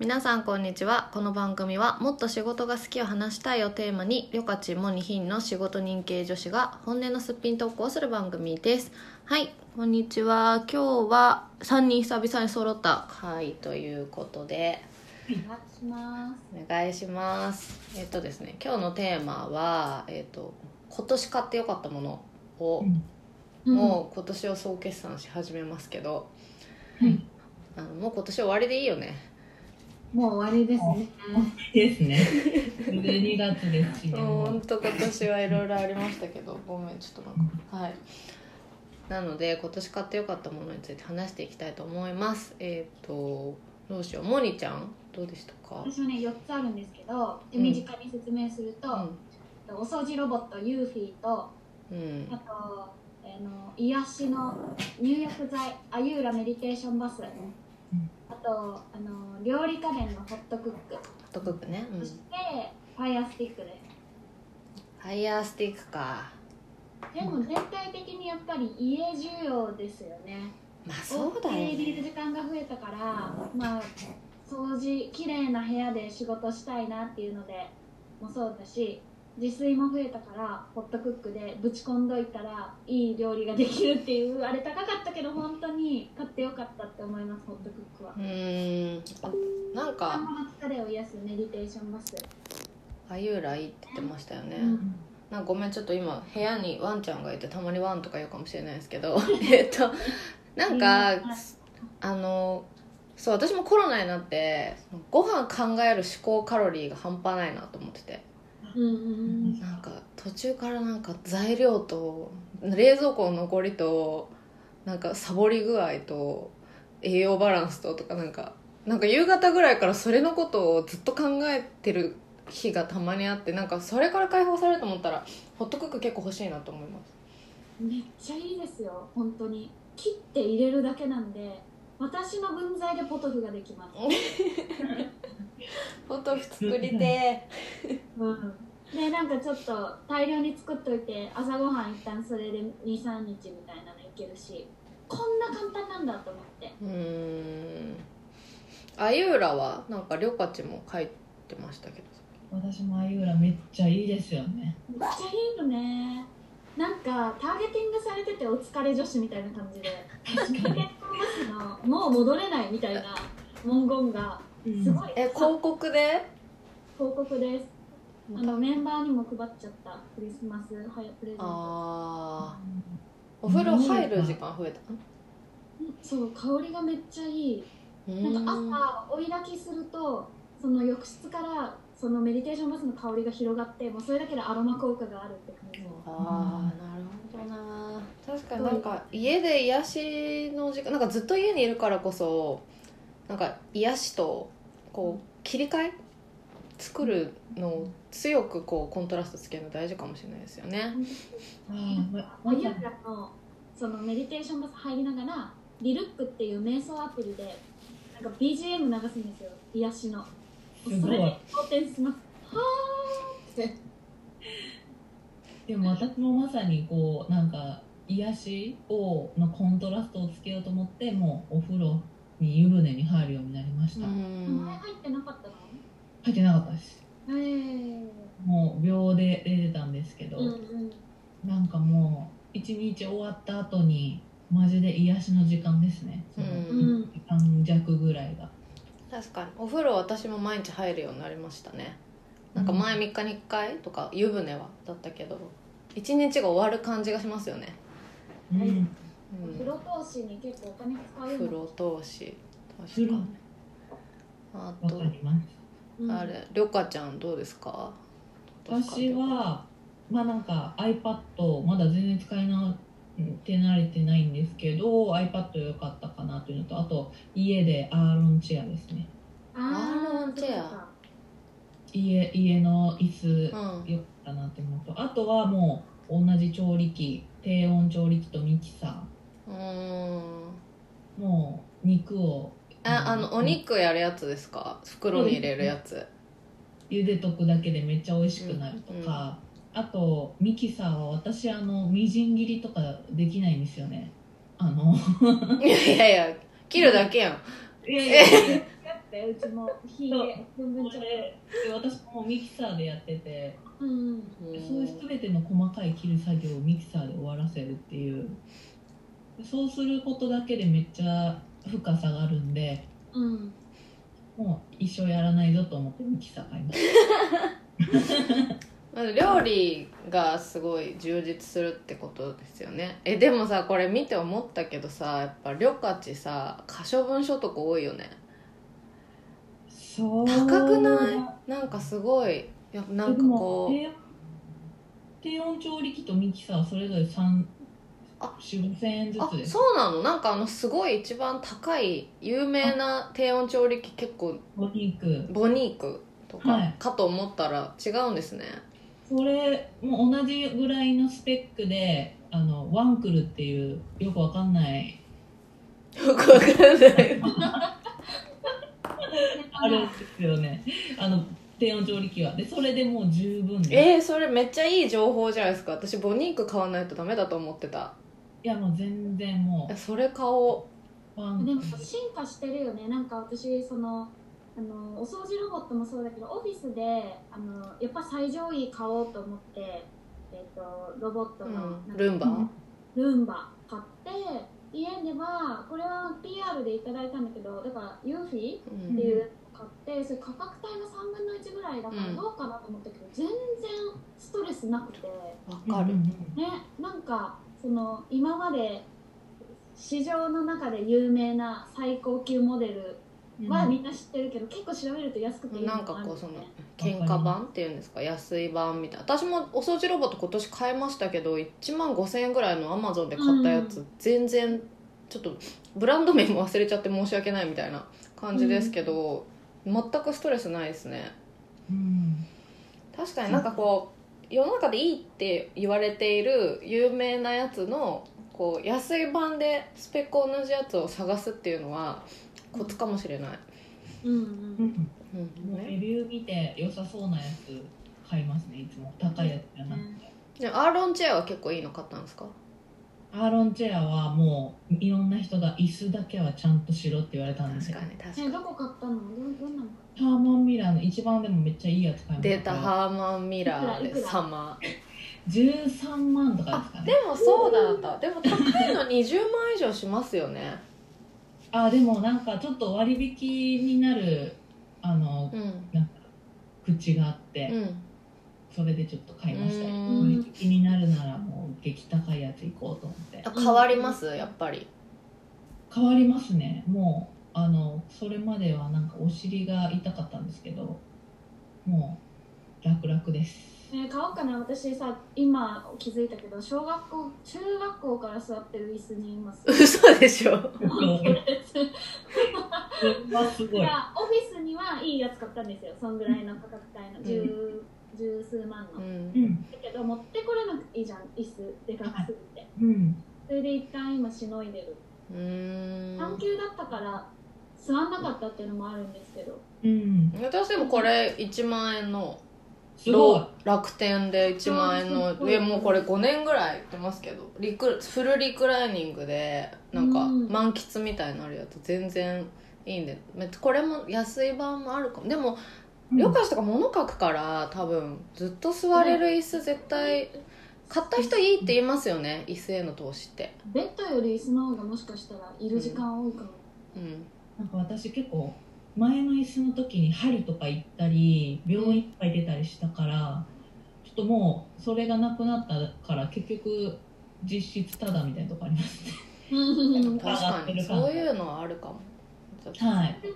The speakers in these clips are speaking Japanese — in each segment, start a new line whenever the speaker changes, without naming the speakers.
皆さんこんにちはこの番組は「もっと仕事が好きを話したい」をテーマによかちもにひんの仕事人系女子が本音のすっぴん投稿をする番組ですはいこんにちは今日は3人久々に揃った回ということで
しま
お願いしますえっとですね今日のテーマは、えっと今年買ってよかったものを、
す。
もう今年を総決算し始めますけど、
はい
あのもう今年終わりでいいよね
うんもう終わりですね。
ですね。12月ですし、でも
本当今年はいろいろありましたけどごめんちょっとなんかはいなので今年買ってよかったものについて話していきたいと思いますえっ、とどうしようモニちゃんどうでしたか
私はね、4つあるんですけど、
う
手
ん
短に説明すると、お掃除ロボットユーフィーと、
うん、うん
あ、と、あの癒しの入浴剤アユーラメディテーションバス、あとあの料理家電のホットクック、
ホットクックね、うん、
そし
フ
てファイアスティックです。
ァイヤースティックか
でも全体的にやっぱり家需要ですよね。
まあそうだよ
お家にいる
ね
時間が増えたから、まあ掃除綺麗な部屋で仕事したいなっていうのでもそうだし自炊も増えたからホットクックでぶち込んどいたらいい料理ができるっていうあれ高かったけど本当に買ってよかったって思いますホットクックは
う。ーんあなん
頭
か
の疲れを癒すメディテーションバス。
あゆらいいって言ってましたよね、
うん
なんかごめんちょっと今部屋にワンちゃんがいてたまにワンとか言うかもしれないですけ どえっとなんか、
うんはい
あのそう私もコロナになってご飯考える思考カロリーが半端ないなと思ってて
うんうん
なんか途中からなんか材料と冷蔵庫の残りとなんかサボり具合と栄養バランスととかなんかなんか夕方ぐらいからそれのことをずっと考えてる日がたまにあってなんかそれから解放されると思ったらホットクック結構欲しいなと思います
めっちゃいいですよ本当に切って入れるだけなんで私の分際でポトフができます。
ポトフ作りて
うんでなんかちょっと大量に作っといて朝ごはん一旦それで23日みたいなのいけるしこんな簡単なんだと思って
うーんあゆうらはなんかりょかちも書いてましたけど
私もあゆうらめっちゃいいですよね。
めっちゃいいのねなんかターゲティングされててお疲れ女子みたいな感じで
確かに。
のもう戻れないみたいな文言がすごい、
え
広
広告で
告ですあのメンバーにも配っちゃったクリスマスはやプレゼント
あーお風呂入る時間増えた
うんそう香りがめっちゃいいなん
う
か朝追い焚きするとその浴室からそのメディテーションバスの香りが広がってもうそれだけでアロマ効果があるって感じ
あーなるほどな確かになんか家で癒しの時間なんかずっと家にいるからこそなんか癒しとこう切り替え作るのを強くこうコントラストつけるの大事かもしれないですよね
うんま
おゆらのそのメディテーションバス入りながらリルックっていう瞑想アプリでなんか BGM 流すんですよ癒しのもう
す
そ
ご
れ
い
で好転します
でも私もまさにこうなんか癒しをのコントラストをつけようと思ってもうお風呂に湯船に入るようになりました、
うん
前入ってなかったの
入ってなかったです
ええ
もう秒で出てたんですけど、
うんうん
なんかもう一日終わった後にマジで癒しの時間ですね、その
うん
時間弱ぐらいが
確かにお風呂私も毎日入るようになりましたねなんか前3日に1回とか湯船はだったけど一日が終わる感じがしますよね、
うん
はい
うん、
風呂通しに結構お金使うよう
風
になっ
呂通し確かにあ
わ
と
かります
た
あれりょかちゃんどうですか
私はまあなんか iPad まだ全然使いな手慣れてないんですけど iPad 良かったかなというのとあと家でアーロンチェアですね
あ
ア
ー
ーロンチェア
そうか
家家の椅
う
子
ん
良かったなっていうのとあとはもう同じ調理器低温調理器とミキサ
うーん
ーもう肉を
ああのお肉やるやつですか袋に入れるやつ
茹でとくだけでめっちゃ美味しくなるとか、
うんうん
あとミキサーは私あのみじん切りとかできないんですよねあの
いやいやいや切るだけやん
いやいやいや
ってうちも火で分分
こ
ちょっ
れで私もミキサーでやってて
とうん
そういう全ての細かい切る作業をミキサーで終わらせるっていうそうすることだけでめっちゃ深さがあるんで
うん
もう一生やらないぞと思ってミキサー買いまし
まあ料理がすごい充実するってことですよねえでもさこれ見て思ったけどさやっぱ旅価値さ可処分所得多いよね
たそう
高くないなんかすごいいやなんかこう
でも低温低温調理器とミキサーはそれぞれ3
あ
4 5000円ず
あ
つです
そうなのなんかあのすごい一番高い有名な低温調理器結構
お肉
ボニークとか、
はい
かと思ったら違うんですね
それも同じぐらいのスペックであのワンクルっていうよくわかんない
よくわかんない
あるんですよねあの低温調理器はでそれでもう十分で
えー、それめっちゃいい情報じゃないですか私ボニーク買わないとダメだと思ってた
いやもう全然も
えそれ買おう
うワン
でも進化してるよねなんか私そのあのお掃除ロボットもそうだけどオフィスであのやっぱ最上位買おうと思って、えっとロボットのなん
うん、
か
ルンバ、
うん
ルンバ買って家ではこれは PR でいただいたんだけどだからユーフィー
う
って
ん、
いうのを買ってそれ価格帯の3分の1ぐらいだから
うん
どうかなと思ったけど、全然ストレスなくて
わかる、
うんうん
ねなんかその今まで市場の中で有名な最高級モデル
うん
はみんな知ってるけど、結構調べると安くていい
なん
も
か
ある
こ
よ
うその
ね
喧嘩版っていうんですか安い版みたいな私もお掃除ロボット今年買いましたけど1万5000円ぐらいのアマゾンで買ったやつ、
うん
全然ちょっとブランド名も忘れちゃって申し訳ないみたいな感じですけど、全くストレスないですね
うん
確かになんかこう世の中でいいって言われている有名なやつのこう安い版でスペック同じやつを探すっていうのはコツかもしれない、
うんう
うんん
うん
もう
ね
レビュー見て良さそうなやつ買いますねいつも高いやつじゃなくて、
じゃあアーロンチェアは結構いいの買ったんですか
アーロンチェアはもういろんな人が椅子だけはちゃんとしろって言われたんですよ
に確
ねどこ買ったのどどんなの買っ
ハーマンミラーの一番でもめっちゃいいやつ買いました
出たハーマン・ミラーで様
13万とかですか
で
ね
もそうだったでも高いの20万以上しますよね
あでもなんかちょっと割引になるあの
うん
口があって、
うん
それでちょっと買いましたよ
うん
割引になるならもう激高いやつ行こうと思って
あ変わりますやっぱり
変わりますねもうあのそれまではなんかお尻が痛かったんですけどもう楽々 です
たの、ね、買おうかな私さ今気づいたけど小学校中学校から座ってる椅子にいます
嘘でしょ
わす
い
ごい
やオフィスにはいいやつ買ったんですよそんぐらいの価格帯の十,、十数万の、
う
だ
ん
うん
けど持ってこれなくていいじゃん椅子でかくすぎて、
うん
それで一旦今しのいでる
うーん
半休だったから座んなかったっていうのもあるんですけど
うん
私でもこれ1万円の
すごい
楽天で1万円の
あーすごい
上もうこれ5年ぐらいやってますけどリクフルリクライニングでなんか
うん
満喫みたいになるやつ全然いいんでめっちゃこれも安い版もあるかもでも旅館とか物書くから多分ずっと座れる椅子絶対買った人いいって言いますよね椅子への投資って
ベッドより椅子の方がもしかしたらいる時間多いかも、
うん
なんか私結構前の椅子の時に針とか行ったり病院いっぱい出たりしたからちょっともうそれがなくなったから結局実質ただみたいなとこありますね
うん、
確
考
かにそういうのはあるかも
はい
え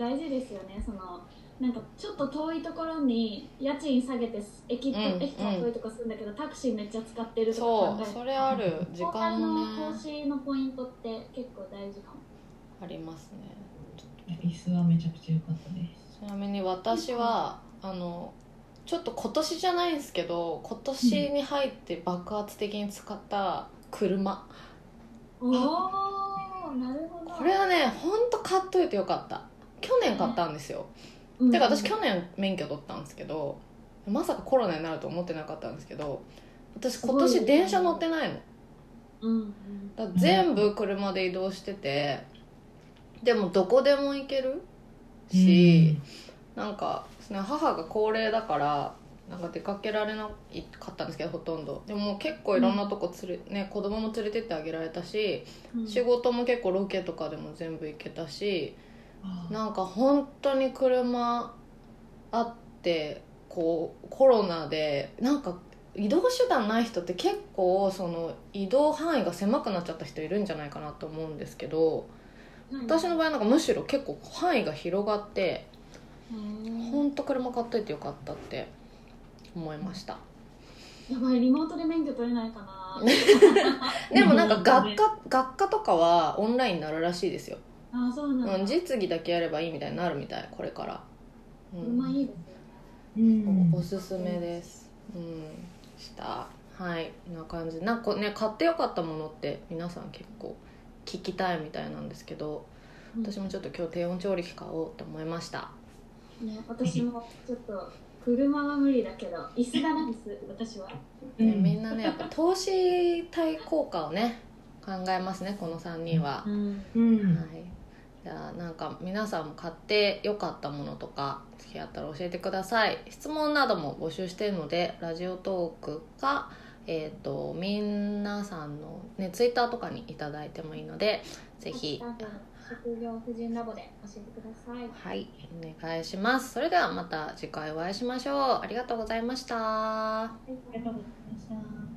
大事ですよねそのなんかちょっと遠いところに家賃下げて駅と、
うん
駅から遠いとこ住んだけどタクシーめっちゃ使ってると
そ
か考え
う
ると
それある時
トータ
間
ル
も
の
ね
投資のポイントって結構大事かも
ありますね
椅子はめちゃくちゃ良かったです
ちなみに私はあのちょっと今年じゃないんですけど今年に入って爆発的に使った車、
おおなるほど
これはねほんと買っといてよかった去年買ったんですよ、
うん
てか私去年免許取ったんですけどまさかコロナになると思ってなかったんですけど私今
すご
年
い
電車乗ってないの
うんうん
だから全部車で移動しててでもどこでも行けるし、なんかその母が高齢だからなんか出かけられなかったんですけどほとんどでも結構いろんなとこ連れ、ね、子供も連れてってあげられたし、
うん
仕事も結構ロケとかでも全部行けたし
あー
なんか本当に車あってこうコロナでなんか移動手段ない人って結構その移動範囲が狭くなっちゃった人いるんじゃないかなと思うんですけど私の場合なんかむしろ結構範囲が広がって
うん
本当車買っといてよかったって思いました
やばいリモートで免許取れないかな
でもなんか
うん
学科学科とかはオンラインになるらしいですよ、
あそうなんだ、
うん、実技だけやればいいみたいになるみたいこれから、う
うんまいいですね
うん
おすすめです。うん、した。はい、こんな感じ。なんかね、買ってよかったものって、皆さん結構聞きたいみたいなんですけど。私もちょっと今日低温調理器買おうと思いました。
ね私もちょっと車は無理だけど椅子がなんです私は
ね、み
うん
なね、やっぱ投資対効果をね、考えますね、この三人は。
ん
ん
はい。じゃあなんか皆さんも買ってよかったものとか付き合ったら教えてください質問なども募集しているのでラジオトークかえっ、とみんなさんのねツイッターとかにいただいてもいいのでぜひ
多分職業婦人ラボで教えてください
はいお願いしますそれではまた次回お会いしましょうありがとうございました
ありがとうございました